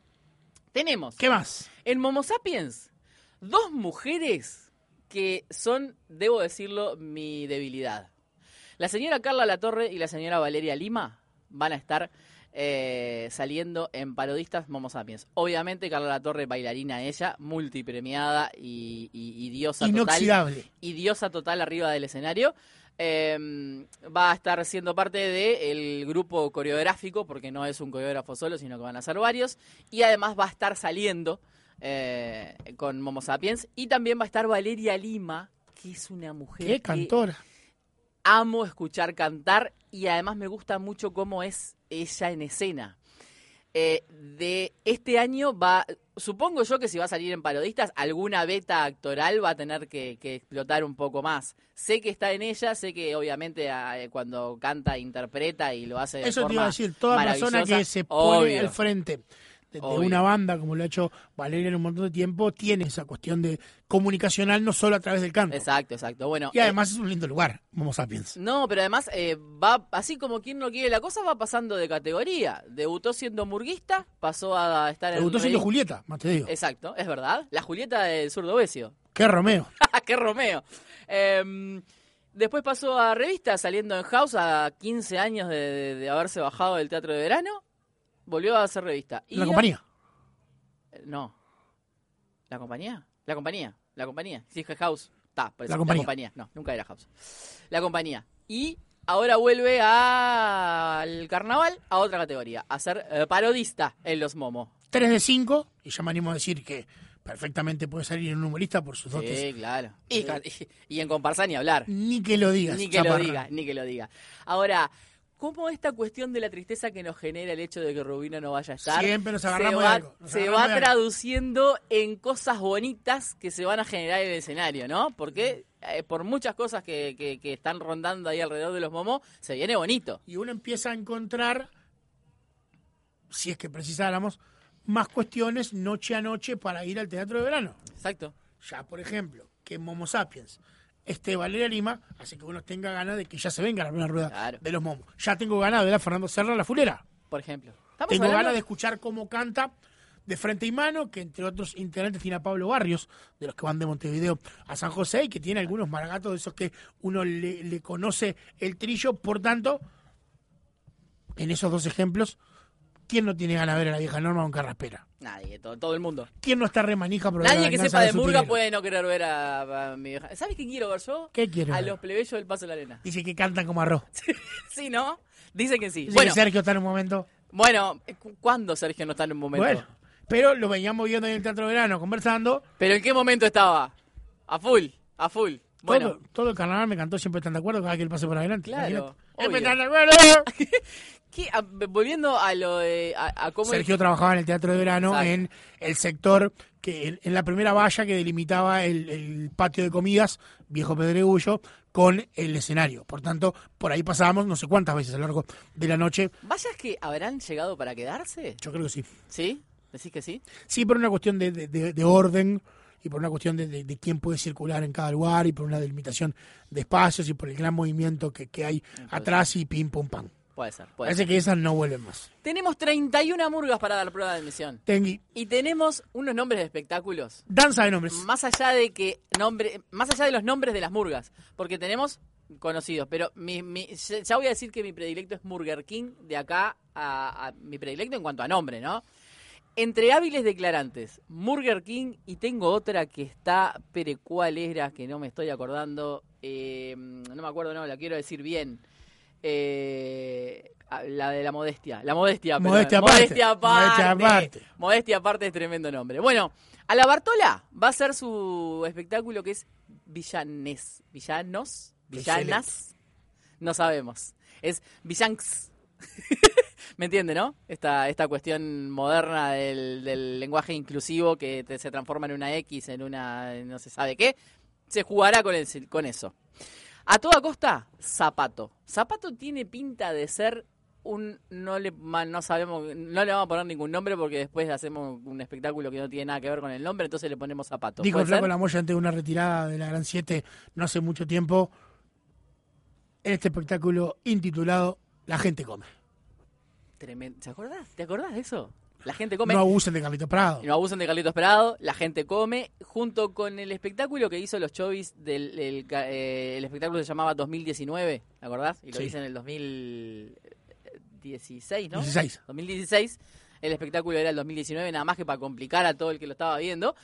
Speaker 2: Tenemos
Speaker 1: ¿Qué más?
Speaker 2: en Momo Sapiens dos mujeres que son, debo decirlo, mi debilidad. La señora Carla Latorre y la señora Valeria Lima van a estar eh, saliendo en parodistas Momo Sapiens. Obviamente Carla Latorre, bailarina ella, multipremiada y, y, y diosa total
Speaker 1: Inoxidable.
Speaker 2: y diosa total arriba del escenario. Eh, va a estar siendo parte del grupo coreográfico, porque no es un coreógrafo solo, sino que van a ser varios. Y además va a estar saliendo eh, con Momo Sapiens. Y también va a estar Valeria Lima, que es una mujer
Speaker 1: ¿Qué
Speaker 2: que
Speaker 1: cantora?
Speaker 2: amo escuchar cantar y además me gusta mucho cómo es ella en escena. Eh, de este año va, supongo yo que si va a salir en parodistas, alguna beta actoral va a tener que, que explotar un poco más. Sé que está en ella, sé que obviamente ah, eh, cuando canta, interpreta y lo hace de
Speaker 1: Eso te
Speaker 2: forma
Speaker 1: iba a decir, toda persona
Speaker 2: maravillosa,
Speaker 1: que se pone
Speaker 2: obvio.
Speaker 1: al frente de, de
Speaker 2: Obvio.
Speaker 1: una banda, como lo ha hecho Valeria en un montón de tiempo, tiene esa cuestión de comunicacional no solo a través del canto.
Speaker 2: Exacto, exacto. Bueno,
Speaker 1: Y
Speaker 2: eh,
Speaker 1: además es un lindo lugar, Homo Sapiens.
Speaker 2: No, pero además eh, va, así como quien no quiere la cosa, va pasando de categoría. Debutó siendo murguista, pasó a estar en...
Speaker 1: Debutó siendo
Speaker 2: revista-
Speaker 1: Julieta, más te digo.
Speaker 2: Exacto, es verdad. La Julieta del Sur de *laughs* Obesio.
Speaker 1: Qué Romeo.
Speaker 2: ¡Qué Romeo! Em, después pasó a revista, saliendo en House a 15 años de, de- de haberse bajado del teatro de verano. Volvió a hacer revista. Y
Speaker 1: La
Speaker 2: a-
Speaker 1: compañía.
Speaker 2: No. ¿La compañía? La compañía. La compañía. Si dije House. Está, por
Speaker 1: La
Speaker 2: eso.
Speaker 1: compañía.
Speaker 2: No, nunca era House. La compañía. Y ahora vuelve a- al carnaval a otra categoría. A ser eh, parodista en los momos.
Speaker 1: 3 de 5, y ya me animo a decir que perfectamente puede salir un humorista por sus dotes.
Speaker 2: Sí, claro. Y, ca- y en comparsa ni hablar.
Speaker 1: Ni que lo digas.
Speaker 2: Ni que
Speaker 1: chaparra.
Speaker 2: lo diga, ni que lo diga. Ahora, ¿cómo esta cuestión de la tristeza que nos genera el hecho de que Rubino no vaya a estar?
Speaker 1: Siempre nos
Speaker 2: se
Speaker 1: agarramos de
Speaker 2: va-
Speaker 1: algo, nos
Speaker 2: Se
Speaker 1: agarramos
Speaker 2: va
Speaker 1: de algo.
Speaker 2: traduciendo en cosas bonitas que se van a generar en el escenario, ¿no? Porque eh, por muchas cosas que, que- que están rondando ahí alrededor de los momos, se viene bonito.
Speaker 1: Y uno empieza a encontrar, si es que precisáramos, más cuestiones noche a noche para ir al teatro de verano.
Speaker 2: Exacto.
Speaker 1: Ya, por ejemplo, que en Momo Sapiens esté Valeria Lima, así que uno tenga ganas de que ya se venga la primera rueda
Speaker 2: Claro.
Speaker 1: de los momos. Ya tengo ganas de ver a Fernando Serra la fulera.
Speaker 2: Por ejemplo. Estamos
Speaker 1: Tengo
Speaker 2: hablando-
Speaker 1: ganas de escuchar cómo canta de frente y mano, que entre otros integrantes tiene a Pablo Barrios, de los que van de Montevideo a San José, y que tiene algunos maragatos de esos que uno le, le conoce el trillo. Por tanto, en esos dos ejemplos, ¿quién no tiene ganas de ver a la vieja Norma con Carraspera?
Speaker 2: Nadie, todo, todo el mundo.
Speaker 1: ¿Quién no está remanija por ver a la
Speaker 2: Nadie que
Speaker 1: venganza
Speaker 2: sepa de
Speaker 1: los
Speaker 2: murga
Speaker 1: utileros?
Speaker 2: puede no querer ver a, a mi vieja. ¿Sabes qué quiero ver yo?
Speaker 1: ¿Qué quiere
Speaker 2: A
Speaker 1: ver?
Speaker 2: los plebeyos del Paso de la Arena.
Speaker 1: Dice que cantan como arroz.
Speaker 2: Sí, ¿no? Dicen que sí.
Speaker 1: Dice
Speaker 2: Bueno,
Speaker 1: que Sergio está en un momento.
Speaker 2: Bueno, eh, cu- ¿cuándo Sergio no está en un momento?
Speaker 1: Bueno, pero lo veníamos viendo en el Teatro Verano, conversando.
Speaker 2: ¿Pero en qué momento estaba? A full, a full. Bueno,
Speaker 1: Todo, todo el carnaval me cantó, siempre están de acuerdo, cada que él pase por adelante.
Speaker 2: Claro,
Speaker 1: imagínate.
Speaker 2: obvio.
Speaker 1: ¡Siempre están de acuerdo!
Speaker 2: ¿qué- a- volviendo a lo de... A, a *laughs* cómo
Speaker 1: Sergio trabajaba en el Teatro de Verano,
Speaker 2: Exacto.
Speaker 1: en el sector, que en, en la primera valla que delimitaba el, el patio de comidas, Viejo Pedregullo, con el escenario. Por tanto, por ahí pasábamos no sé cuántas veces a lo largo de la noche.
Speaker 2: ¿Vayas que habrán llegado para quedarse?
Speaker 1: Yo creo que sí.
Speaker 2: ¿Sí? ¿Decís que sí?
Speaker 1: Sí, por una cuestión de, de- de- de orden y por una cuestión de, de- de quién puede circular en cada lugar y por una delimitación de espacios y por el gran movimiento que, que hay atrás y pim, pum, pam.
Speaker 2: Puede ser, puede ser.
Speaker 1: Parece que esas no vuelven más.
Speaker 2: Tenemos 31 murgas para dar prueba de admisión.
Speaker 1: Tengui,
Speaker 2: Y tenemos unos nombres de espectáculos.
Speaker 1: danza de nombres.
Speaker 2: Más allá de que nombre, más allá de los nombres de las murgas, porque tenemos conocidos, pero mi, mi- ya ya voy a decir que mi predilecto es Burger King de acá a, a- mi predilecto en cuanto a nombre, ¿no? Entre hábiles declarantes, Burger King y tengo otra que está, pero cuál era que no me estoy acordando, eh, no me acuerdo, no, la quiero decir bien. Eh, a- la de la modestia, la modestia, pero-
Speaker 1: Modestia aparte,
Speaker 2: modestia aparte,
Speaker 1: modestia aparte.
Speaker 2: Modestia aparte es tremendo nombre. Bueno, a la Bartola va a ser su espectáculo que es Villanés. ¿Villanos? ¿Villanas? No sabemos. Es Villanx. *laughs* ¿Me entiende, no? Esta, esta cuestión moderna del, del lenguaje inclusivo que te- se transforma en una X, en una no se sabe qué. Se jugará con, el- con eso. A toda costa, Zapato. Zapato tiene pinta de ser un no le ma- no sabemos no le vamos a poner ningún nombre porque después hacemos un espectáculo que no tiene nada que ver con el nombre, entonces le ponemos Zapato.
Speaker 1: Dijo el
Speaker 2: ¿Puede
Speaker 1: Flaco
Speaker 2: ser?
Speaker 1: La Moya ante una retirada de la Gran 7 no hace mucho tiempo. En este espectáculo intitulado La gente come.
Speaker 2: Tremendo. ¿Te acordás? ¿Te acordás de eso? La gente come
Speaker 1: No abusen de Carlitos Prado.
Speaker 2: No abusan de Carlitos Prado, la gente come, junto con el espectáculo que hizo los Chovis del el, ca- eh, el espectáculo se llamaba 2019, ¿te acordás? Y lo
Speaker 1: Sí.
Speaker 2: hice en el 2016, ¿no?
Speaker 1: 16.
Speaker 2: 2016. El espectáculo era el 2019, nada más que para complicar a todo el que lo estaba viendo.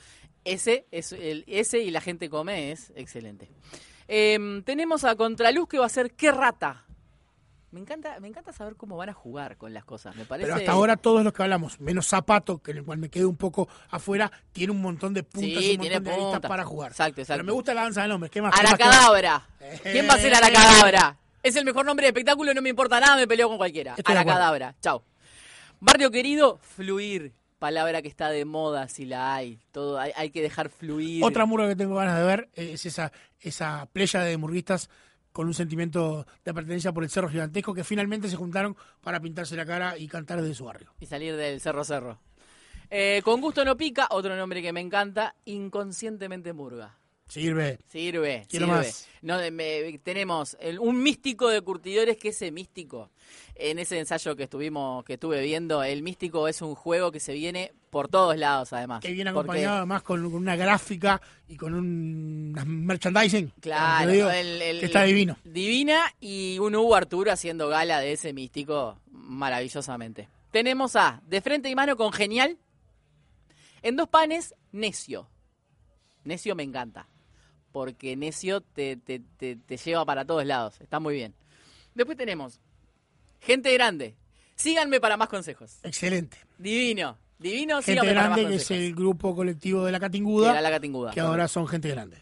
Speaker 2: Ese, es el, ese y la gente come es excelente. Em, tenemos a Contraluz que va a ser qué rata. Me encanta, me encanta saber cómo van a jugar con las cosas. Me parece
Speaker 1: Pero hasta ahora todos los que hablamos, menos Zapato, que en el cual me quedé un poco afuera, tiene un montón de puntas y
Speaker 2: Sí,
Speaker 1: un montón
Speaker 2: tiene
Speaker 1: de aristas
Speaker 2: puntas.
Speaker 1: para jugar.
Speaker 2: Exacto, exacto.
Speaker 1: Pero me gusta la danza de nombres. ¿Qué más? ¿Qué más? ¿Qué más?
Speaker 2: Aracadabra. ¿Quién va a ser
Speaker 1: Eh.
Speaker 2: Aracadabra? Es el mejor nombre de espectáculo, no me importa nada, me peleo con cualquiera.
Speaker 1: Estoy de acuerdo.
Speaker 2: Aracadabra. Chao. Barrio querido, fluir. Palabra que está de moda si la hay. Todo hay, hay que dejar fluir.
Speaker 1: Otra murga que tengo ganas de ver es esa, esa playa de murguistas con un sentimiento de pertenencia por el cerro gigantesco que finalmente se juntaron para pintarse la cara y cantar desde su barrio.
Speaker 2: y salir del cerro cerro. Eh, con gusto no pica, otro nombre que me encanta, inconscientemente murga.
Speaker 1: Sirve.
Speaker 2: Sirve,
Speaker 1: Quiero
Speaker 2: sirve.
Speaker 1: más.
Speaker 2: No, de- me- tenemos el- un místico de curtidores que ese místico, en ese ensayo que estuvimos, que estuve viendo, el místico es un juego que se viene por todos lados además.
Speaker 1: Que viene
Speaker 2: Porque-
Speaker 1: acompañado además con, con una gráfica y con un unas merchandising. como
Speaker 2: Claro,
Speaker 1: te digo,
Speaker 2: el- el-
Speaker 1: que está divino.
Speaker 2: Divina y un Hugo Arturo haciendo gala de ese místico maravillosamente. Tenemos a De Frente y Mano con Genial. En dos panes, Necio. Necio me encanta. Porque Necio te, te- te- te lleva para todos lados. Está muy bien. Después tenemos Gente Grande. Síganme para más consejos.
Speaker 1: Excelente.
Speaker 2: Divino. Divino,
Speaker 1: Gente
Speaker 2: síganme para más
Speaker 1: grande, que
Speaker 2: consejos.
Speaker 1: es el grupo colectivo de la
Speaker 2: De la
Speaker 1: Catinguda,
Speaker 2: Lacatinguda.
Speaker 1: que ahora son gente grande.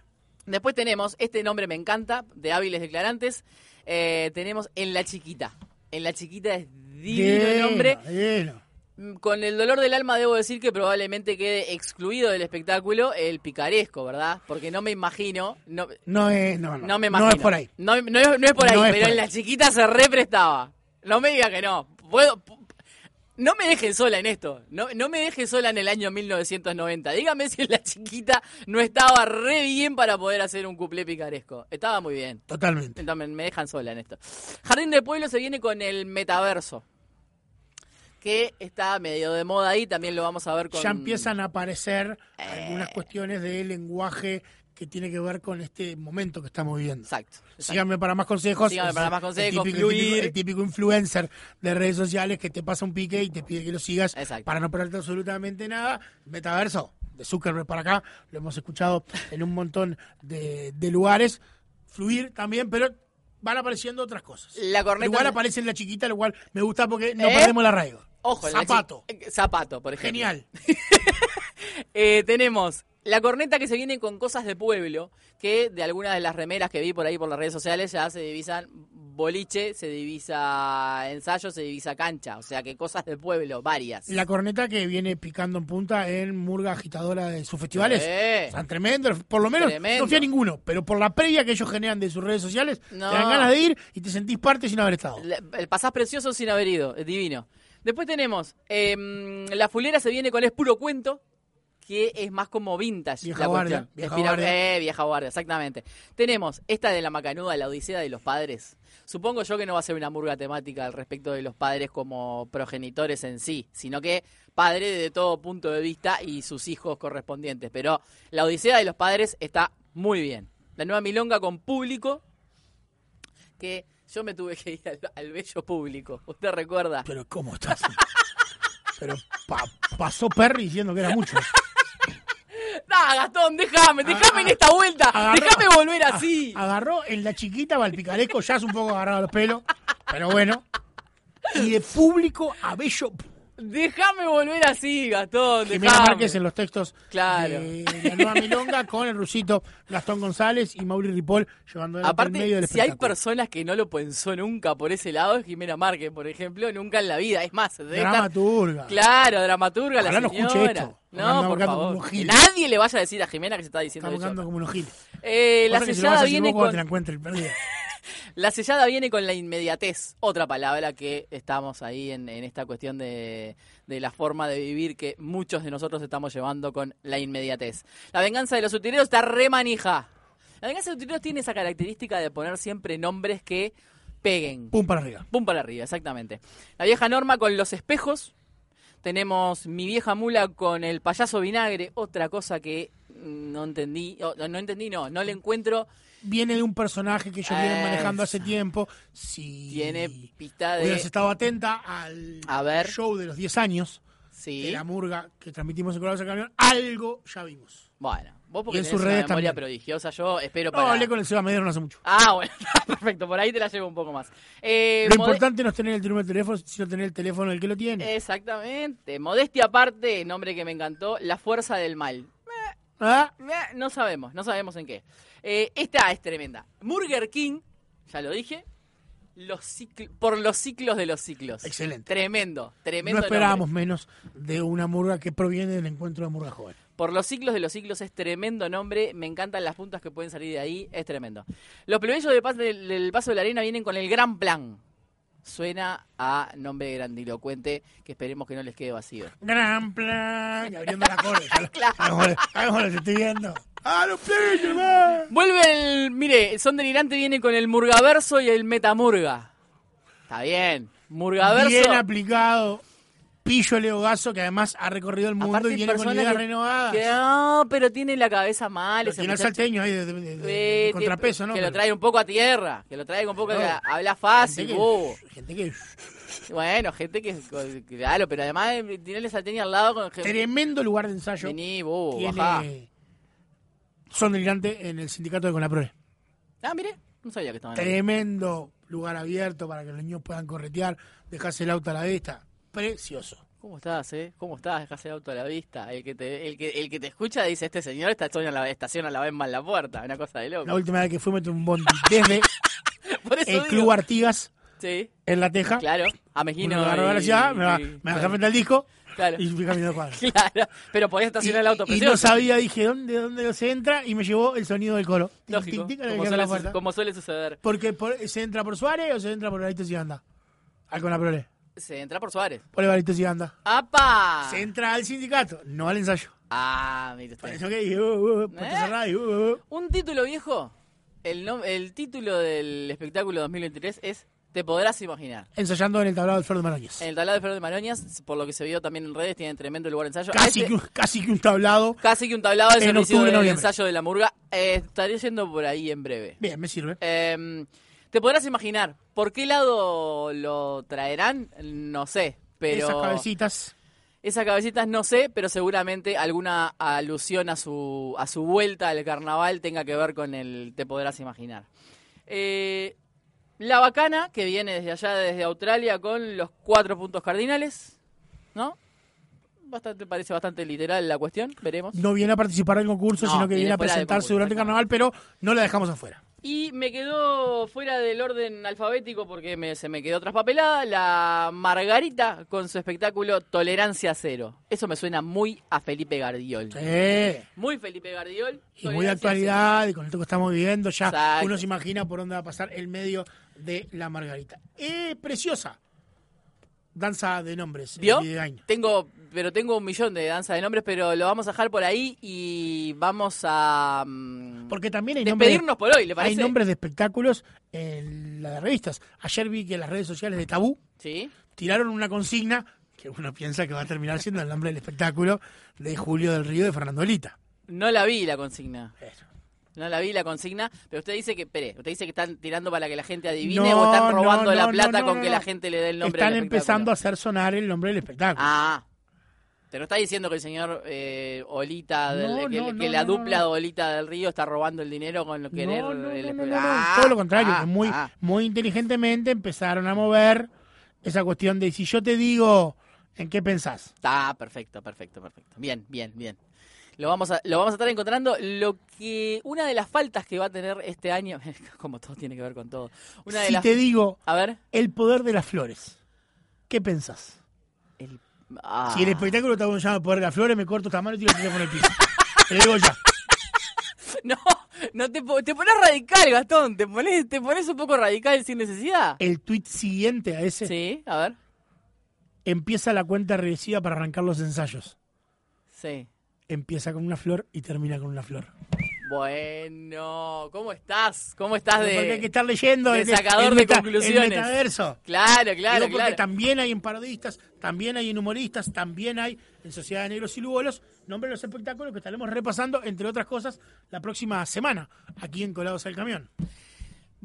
Speaker 2: Después tenemos, este nombre me encanta, de hábiles declarantes. eh, tenemos En la Chiquita. En la Chiquita es divino el
Speaker 1: Bien,
Speaker 2: nombre.
Speaker 1: bien.
Speaker 2: Mm, Con el dolor del alma debo decir que probablemente quede excluido del espectáculo el picaresco, ¿verdad? Porque no me imagino. No,
Speaker 1: No es, no, no,
Speaker 2: no me imagino.
Speaker 1: No es por ahí.
Speaker 2: No, no es, no es por ahí,
Speaker 1: No es
Speaker 2: pero
Speaker 1: por
Speaker 2: en
Speaker 1: ahí.
Speaker 2: la chiquita se represtaba. No me diga que no. Puedo. pu- No me dejen sola en esto. No, no me dejen sola en el año 1990. Dígame si en la chiquita no estaba re bien para poder hacer un cuplé picaresco. Estaba muy bien.
Speaker 1: Totalmente.
Speaker 2: Entonces me dejan sola en esto. Jardín de Pueblo se viene con el metaverso. Que está medio de moda ahí. También lo vamos a ver con. Eh.
Speaker 1: Ya empiezan a aparecer algunas cuestiones de lenguaje que tiene que ver con este momento que estamos viviendo.
Speaker 2: Exacto. exacto.
Speaker 1: Síganme para más consejos.
Speaker 2: Síganme para
Speaker 1: Es
Speaker 2: más consejos,
Speaker 1: El típico, el típico-
Speaker 2: fluir.
Speaker 1: el típico influencer de redes sociales que te pasa un pique y te pide que lo sigas
Speaker 2: Exacto.
Speaker 1: para no perderte absolutamente nada. Metaverso, de Zuckerberg para acá, lo hemos escuchado en un montón de, de lugares. Fluir también, pero van apareciendo otras cosas.
Speaker 2: La corneta-
Speaker 1: Igual aparece en la chiquita, lo cual me gusta porque no
Speaker 2: ¿Eh?
Speaker 1: perdemos el arraigo.
Speaker 2: Ojo, en la chi-
Speaker 1: Zapato.
Speaker 2: Zapato, por ejemplo.
Speaker 1: Genial.
Speaker 2: Eh, tenemos la corneta que se viene con cosas de pueblo, que de algunas de las remeras que vi por ahí por las redes sociales ya se divisan boliche, se divisa ensayo, se divisa cancha, o sea que cosas de pueblo, varias.
Speaker 1: La corneta que viene picando en punta en Murga Agitadora de sus festivales.
Speaker 2: Eh.
Speaker 1: Están tremendos. Por lo menos
Speaker 2: Tremendo.
Speaker 1: no fui a ninguno, pero por la previa que ellos generan de sus redes sociales,
Speaker 2: No.
Speaker 1: te dan ganas de ir y te sentís parte sin haber estado.
Speaker 2: La- el pasás precioso sin haber ido, es divino. Después tenemos, eh, la fulera se viene con es puro cuento, que es más como vintage.
Speaker 1: Vieja
Speaker 2: la
Speaker 1: guardia,
Speaker 2: cuestión.
Speaker 1: vieja
Speaker 2: Espira-
Speaker 1: guardia.
Speaker 2: eh, vieja guardia, exactamente. Tenemos esta de la macanuda, la odisea de los padres. Supongo yo que no va a ser una murga temática al respecto de los padres como progenitores en sí, sino que padre de todo punto de vista y sus hijos correspondientes. Pero la odisea de los padres está muy bien. La nueva milonga con público, que yo me tuve que ir al, al bello público. ¿Usted recuerda?
Speaker 1: Pero ¿cómo estás? *laughs* pero pa- pasó Perry diciendo que era mucho.
Speaker 2: ¡Ah, Gastón, déjame! ¡Déjame en esta vuelta!
Speaker 1: Agarró-
Speaker 2: ¡Déjame volver
Speaker 1: Ah,
Speaker 2: así!
Speaker 1: Agarró en la chiquita Valpicaresco, ya es un poco agarrado a los pelos, pero bueno. Y de público a Bello.
Speaker 2: ¡Déjame volver así, Gastón!
Speaker 1: Jimena
Speaker 2: dejame.
Speaker 1: Márquez en los textos
Speaker 2: Claro.
Speaker 1: de la nueva milonga con el rusito Gastón González y Mauri Ripoll llevando el medio del
Speaker 2: Aparte, si hay
Speaker 1: espectáculo.
Speaker 2: personas que no lo pensó nunca por ese lado, es Jimena Márquez, por ejemplo, nunca en la vida. Es más, debe estar-
Speaker 1: Dramaturga.
Speaker 2: Claro, dramaturga, la
Speaker 1: Ojalá no escuche
Speaker 2: señora.
Speaker 1: esto, porque
Speaker 2: No,
Speaker 1: anda
Speaker 2: por
Speaker 1: buscando
Speaker 2: favor.
Speaker 1: unos
Speaker 2: Que
Speaker 1: giles.
Speaker 2: nadie le vaya a decir a Jimena que se está diciendo
Speaker 1: Estamos
Speaker 2: de
Speaker 1: jugando como unos giles.
Speaker 2: yo. Eh, la
Speaker 1: Cosa que se lo vas a
Speaker 2: sellada
Speaker 1: decir
Speaker 2: viene
Speaker 1: vos cuando
Speaker 2: con...
Speaker 1: te la encuentres, perdida.
Speaker 2: La sellada viene con la inmediatez, otra palabra que estamos ahí en, en esta cuestión de, de la forma de vivir que muchos de nosotros estamos llevando con la inmediatez. La venganza de los utileros está re manija. La venganza de los utileros tiene esa característica de poner siempre nombres que peguen.
Speaker 1: Pum para arriba.
Speaker 2: Pum para arriba, exactamente. La vieja norma con los espejos. Tenemos mi vieja mula con el payaso vinagre, otra cosa que mm, no entendí, o, no entendí, no, no le encuentro.
Speaker 1: Viene de un personaje que ellos vienen manejando hace
Speaker 2: Eso.
Speaker 1: tiempo. Si
Speaker 2: Tiene pista de...
Speaker 1: hubieras estado atenta al
Speaker 2: A ver.
Speaker 1: show de los 10 años
Speaker 2: Sí.
Speaker 1: de la murga que transmitimos en Colados de Camión, algo ya vimos.
Speaker 2: Bueno, vos
Speaker 1: Y
Speaker 2: porque
Speaker 1: en
Speaker 2: tenés
Speaker 1: sus
Speaker 2: una
Speaker 1: redes
Speaker 2: memoria
Speaker 1: también.
Speaker 2: prodigiosa, yo espero
Speaker 1: No,
Speaker 2: para...
Speaker 1: hablé con el Seba Medero no hace mucho.
Speaker 2: Ah, bueno, *laughs* perfecto, por ahí te la llevo un poco más. Eh,
Speaker 1: Lo
Speaker 2: mode-
Speaker 1: importante no es tener el número de teléfono, sino tener el teléfono del que lo
Speaker 2: Eh,
Speaker 1: tiene.
Speaker 2: Exactamente, modestia aparte, nombre que me encantó, la fuerza del mal.
Speaker 1: ¿Ah?
Speaker 2: Meh, No sabemos, no sabemos en qué. Eh, esta es tremenda. Burger King, ya lo dije, los cicl- por los ciclos de los ciclos.
Speaker 1: Excelente.
Speaker 2: Tremendo,
Speaker 1: No
Speaker 2: tremendo.
Speaker 1: esperábamos
Speaker 2: nombre.
Speaker 1: menos de una murga que proviene del encuentro de murga joven.
Speaker 2: Por los ciclos de los ciclos es tremendo nombre. Me encantan las puntas que pueden salir de ahí. Es tremendo. Los plebeyos de Paz del, del Paso de la Arena vienen con el gran plan. suena a nombre grandilocuente que esperemos que no les quede vacío.
Speaker 1: Gran plan. Y abriendo la corte.
Speaker 2: *laughs*
Speaker 1: A lo mejor- a lo mejor los estoy viendo. ¡A los pibes, man!
Speaker 2: Vuelve el. Mire, el son delirante viene con el murgaverso y el metamurga. Está bien. Murgaverso.
Speaker 1: Bien aplicado. Pillo Leo Gaso, que además ha recorrido el mundo y viene con
Speaker 2: personas
Speaker 1: ideas
Speaker 2: que-
Speaker 1: renovadas.
Speaker 2: que, ah, pero tiene la cabeza mal.
Speaker 1: Lo
Speaker 2: ese
Speaker 1: tiene al
Speaker 2: muchacho.
Speaker 1: salteño ahí de, de- de- de
Speaker 2: Eh, tiene-
Speaker 1: contrapeso, ¿no?
Speaker 2: Que
Speaker 1: Pero-
Speaker 2: lo trae un poco a tierra. Que lo trae un poco.
Speaker 1: No.
Speaker 2: que habla
Speaker 1: gente
Speaker 2: fácil,
Speaker 1: que-
Speaker 2: bobo.
Speaker 1: gente que-
Speaker 2: Bueno, gente que. Claro, pero además eh, tiene esa tenis al lado con gente.
Speaker 1: Tremendo lugar de ensayo.
Speaker 2: Vení, bobo, bajá.
Speaker 1: tiene Son delirante en el sindicato de Conaprole.
Speaker 2: Ah, mire, no sabía que estaban ahí.
Speaker 1: Tremendo lugar abierto para que los niños puedan corretear, dejarse el auto a la vista. Precioso.
Speaker 2: ¿Cómo estás, eh? ¿Cómo estás? Dejás el auto a la vista. El que te, el que, el que te escucha dice, este señor está estaciona la, estaciona la vez más la puerta. Una cosa de
Speaker 1: La
Speaker 2: loco.
Speaker 1: última vez que fui metí un bondi desde
Speaker 2: *laughs* Por eso
Speaker 1: el
Speaker 2: digo-
Speaker 1: Club Artigas
Speaker 2: Sí,
Speaker 1: en La Teja.
Speaker 2: claro. A
Speaker 1: Me
Speaker 2: Mejino.
Speaker 1: agarró de la
Speaker 2: y-
Speaker 1: ciudad, me, va-
Speaker 2: y-
Speaker 1: me bajé frente al
Speaker 2: *laughs*
Speaker 1: disco
Speaker 2: Claro.
Speaker 1: y fui caminando cuadro.
Speaker 2: *laughs* Claro, pero podías estacionar el auto
Speaker 1: Y, y
Speaker 2: precioso.
Speaker 1: no sabía, dije, ¿dónde, ¿dónde se entra? Y me llevó el sonido del coro. Tin,
Speaker 2: Lógico,
Speaker 1: tin, tin,
Speaker 2: como
Speaker 1: a la
Speaker 2: suele,
Speaker 1: puerta.
Speaker 2: su- como suele suceder.
Speaker 1: Porque por- se entra por Suárez o se entra por Barito Ciganda. Al Conaprole.
Speaker 2: Se entra por Suárez.
Speaker 1: Por el Barito Ciganda.
Speaker 2: ¡Apa!
Speaker 1: Se entra al sindicato, no al ensayo.
Speaker 2: Ah, mire
Speaker 1: Por
Speaker 2: usted.
Speaker 1: eso que dije, uh, uh, puerta
Speaker 2: ¿Eh?
Speaker 1: cerrada y, uh, uh.
Speaker 2: Un título viejo, el, nom- el título del espectáculo 2023 es Te podrás imaginar.
Speaker 1: ensayando en el tablado del Flor de Marañas.
Speaker 2: En el tablado de Flor de Maroñas, por lo que se vio también en redes, tienen tremendo lugar de ensayo. A
Speaker 1: Casi,
Speaker 2: ese-
Speaker 1: que, un- casi que un tablado.
Speaker 2: casi que un tablado de
Speaker 1: en
Speaker 2: servicio
Speaker 1: octubre,
Speaker 2: del
Speaker 1: noviembre.
Speaker 2: ensayo de la murga. Eh, estaré yendo por ahí en breve.
Speaker 1: Bien, me sirve.
Speaker 2: Eh, Te podrás imaginar por qué lado lo traerán, no sé. Pero
Speaker 1: Esas cabecitas.
Speaker 2: Esas cabecitas no sé, pero seguramente alguna alusión a su, a su vuelta al carnaval tenga que ver con el Te podrás imaginar. Eh, la bacana, que viene desde allá, desde Australia, con los cuatro puntos cardinales, ¿no? Bastante, parece bastante literal la cuestión, veremos.
Speaker 1: No viene a participar del concurso,
Speaker 2: No,
Speaker 1: sino que
Speaker 2: viene
Speaker 1: viene a
Speaker 2: fuera del
Speaker 1: presentarse
Speaker 2: concurso,
Speaker 1: durante el carnaval, pero no la dejamos afuera.
Speaker 2: Y me quedó fuera del orden alfabético porque me- se me quedó traspapelada la Margarita con su espectáculo Tolerancia Cero. Eso me suena muy a Felipe Gardiol.
Speaker 1: Sí.
Speaker 2: Muy Felipe Gardiol.
Speaker 1: Y muy de
Speaker 2: Tolerancia
Speaker 1: actualidad, y con esto que estamos viviendo, ya
Speaker 2: Exacto.
Speaker 1: uno se imagina por dónde va a pasar el medio de la Margarita. Eh, preciosa. Danza de nombres.
Speaker 2: cero.
Speaker 1: el videogaño.
Speaker 2: ¿Vio? Tengo, pero tengo un millón de danzas de nombres, pero lo vamos a dejar por ahí y vamos a mm,
Speaker 1: Porque también hay nombres.
Speaker 2: despedirnos por hoy, ¿le parece?
Speaker 1: Hay nombres de espectáculos en las revistas. Ayer vi que en las redes sociales de Tabú
Speaker 2: Sí.
Speaker 1: tiraron una consigna que uno piensa que va a terminar siendo el nombre del espectáculo de Julio del Río de Fernando Elita.
Speaker 2: No la vi la consigna.
Speaker 1: Eso.
Speaker 2: No la vi la consigna, pero usted dice que, espere, usted dice que están tirando para que la gente adivine
Speaker 1: No,
Speaker 2: o están
Speaker 1: no,
Speaker 2: robando
Speaker 1: no,
Speaker 2: la
Speaker 1: no,
Speaker 2: plata
Speaker 1: no,
Speaker 2: con
Speaker 1: no,
Speaker 2: que
Speaker 1: no.
Speaker 2: la gente le dé el nombre
Speaker 1: Están
Speaker 2: del
Speaker 1: empezando a
Speaker 2: espectáculo.
Speaker 1: hacer sonar el nombre del espectáculo.
Speaker 2: Ah. Pero está diciendo que el señor eh, Olita, del-
Speaker 1: No,
Speaker 2: que,
Speaker 1: no,
Speaker 2: que
Speaker 1: no,
Speaker 2: la
Speaker 1: no, no,
Speaker 2: dupla
Speaker 1: no.
Speaker 2: de Olita del Río está robando el dinero con lo querer
Speaker 1: No, no, no,
Speaker 2: el
Speaker 1: no, no,
Speaker 2: espe-
Speaker 1: no, no.
Speaker 2: Ah,
Speaker 1: Todo lo contrario,
Speaker 2: ah,
Speaker 1: que muy,
Speaker 2: ah.
Speaker 1: muy inteligentemente empezaron a mover esa cuestión de si yo te digo en qué pensás.
Speaker 2: Está perfecto, perfecto, perfecto. Bien, bien, bien. Lo vamos a, lo vamos a estar encontrando. Lo que, una de las faltas que va a tener este año, *laughs* como todo tiene que ver con todo. Una de
Speaker 1: si
Speaker 2: las,
Speaker 1: te digo
Speaker 2: a ver,
Speaker 1: el poder de las flores, ¿qué pensás?
Speaker 2: el, ah,
Speaker 1: Si el espectáculo está con el poder de las flores, me corto esta mano y tiro el teléfono al piso. Te lo digo ya.
Speaker 2: *laughs* no, no te, po- te pones radical, Gastón, te pones, te pones un poco radical sin necesidad.
Speaker 1: El tuit siguiente a ese
Speaker 2: Sí, a ver,
Speaker 1: empieza la cuenta regresiva para arrancar los ensayos.
Speaker 2: sí.
Speaker 1: Empieza con una flor y termina con una flor.
Speaker 2: Bueno, ¿cómo estás? ¿Cómo estás
Speaker 1: Porque hay que
Speaker 2: Ah, de?
Speaker 1: estar leyendo
Speaker 2: de
Speaker 1: el,
Speaker 2: sacador
Speaker 1: el
Speaker 2: de
Speaker 1: meta- el
Speaker 2: conclusiones.
Speaker 1: metaverso.
Speaker 2: Claro, claro,
Speaker 1: Digo, porque
Speaker 2: claro.
Speaker 1: también hay en parodistas, también hay en humoristas, también hay en Sociedad de Negros y Lugolos, nombre de los espectáculos que estaremos repasando, entre otras cosas, la próxima semana, aquí en Colados al Camión.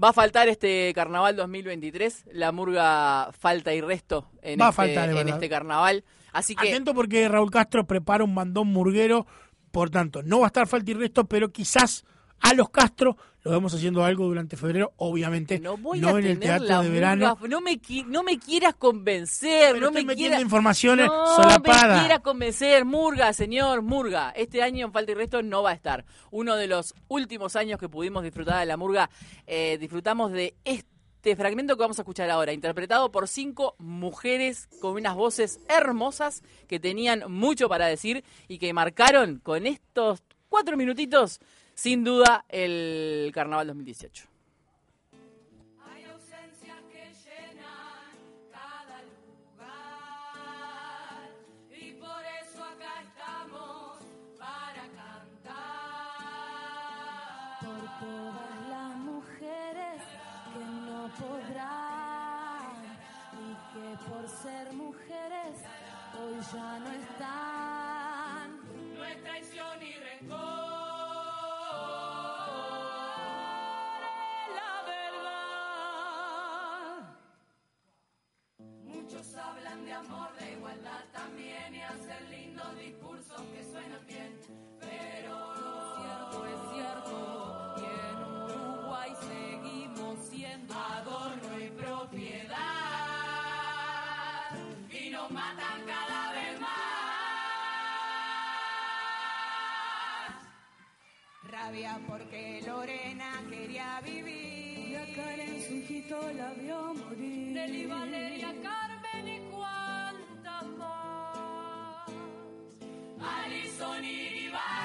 Speaker 2: Va a faltar este carnaval 2023. La murga falta y resto en,
Speaker 1: Va a
Speaker 2: este,
Speaker 1: faltar, es
Speaker 2: en
Speaker 1: verdad.
Speaker 2: este carnaval. Así que
Speaker 1: Atento porque Raúl Castro prepara un bandón murguero, por tanto, no va a estar falta y resto, pero quizás a los Castro lo vemos haciendo algo durante febrero, obviamente,
Speaker 2: no
Speaker 1: no,
Speaker 2: voy a
Speaker 1: en
Speaker 2: tener
Speaker 1: el teatro
Speaker 2: la
Speaker 1: de verano.
Speaker 2: murga. No me, qui- no me quieras convencer.
Speaker 1: Pero
Speaker 2: no
Speaker 1: estoy
Speaker 2: me
Speaker 1: metiendo
Speaker 2: quieras.
Speaker 1: informaciones
Speaker 2: no me
Speaker 1: solapadas.
Speaker 2: quieras convencer, Murga, señor, Murga. Este año en Falta y Resto no va a estar. Uno de los últimos años que pudimos disfrutar de la Murga, eh, disfrutamos de este fragmento que vamos a escuchar ahora, interpretado por cinco mujeres con unas voces hermosas que tenían mucho para decir y que marcaron con estos cuatro minutitos, sin duda, el Carnaval 2018.
Speaker 3: Hay ausencias que llenan ser mujeres hoy ya no están.
Speaker 4: No es traición y rencor. La verdad.
Speaker 3: Muchos hablan de amor, de igualdad también y hacen lindos discursos que suenan bien, pero lo cierto es cierto y en Uruguay seguimos siendo
Speaker 4: Adorno y propiedad. Y nos matan cada vez más.
Speaker 5: Rabia porque Lorena quería vivir.
Speaker 3: y a Karen su hijito la vio morir.
Speaker 4: Nelly, Valeria, Carmen y cuántas más. Alison y Iván.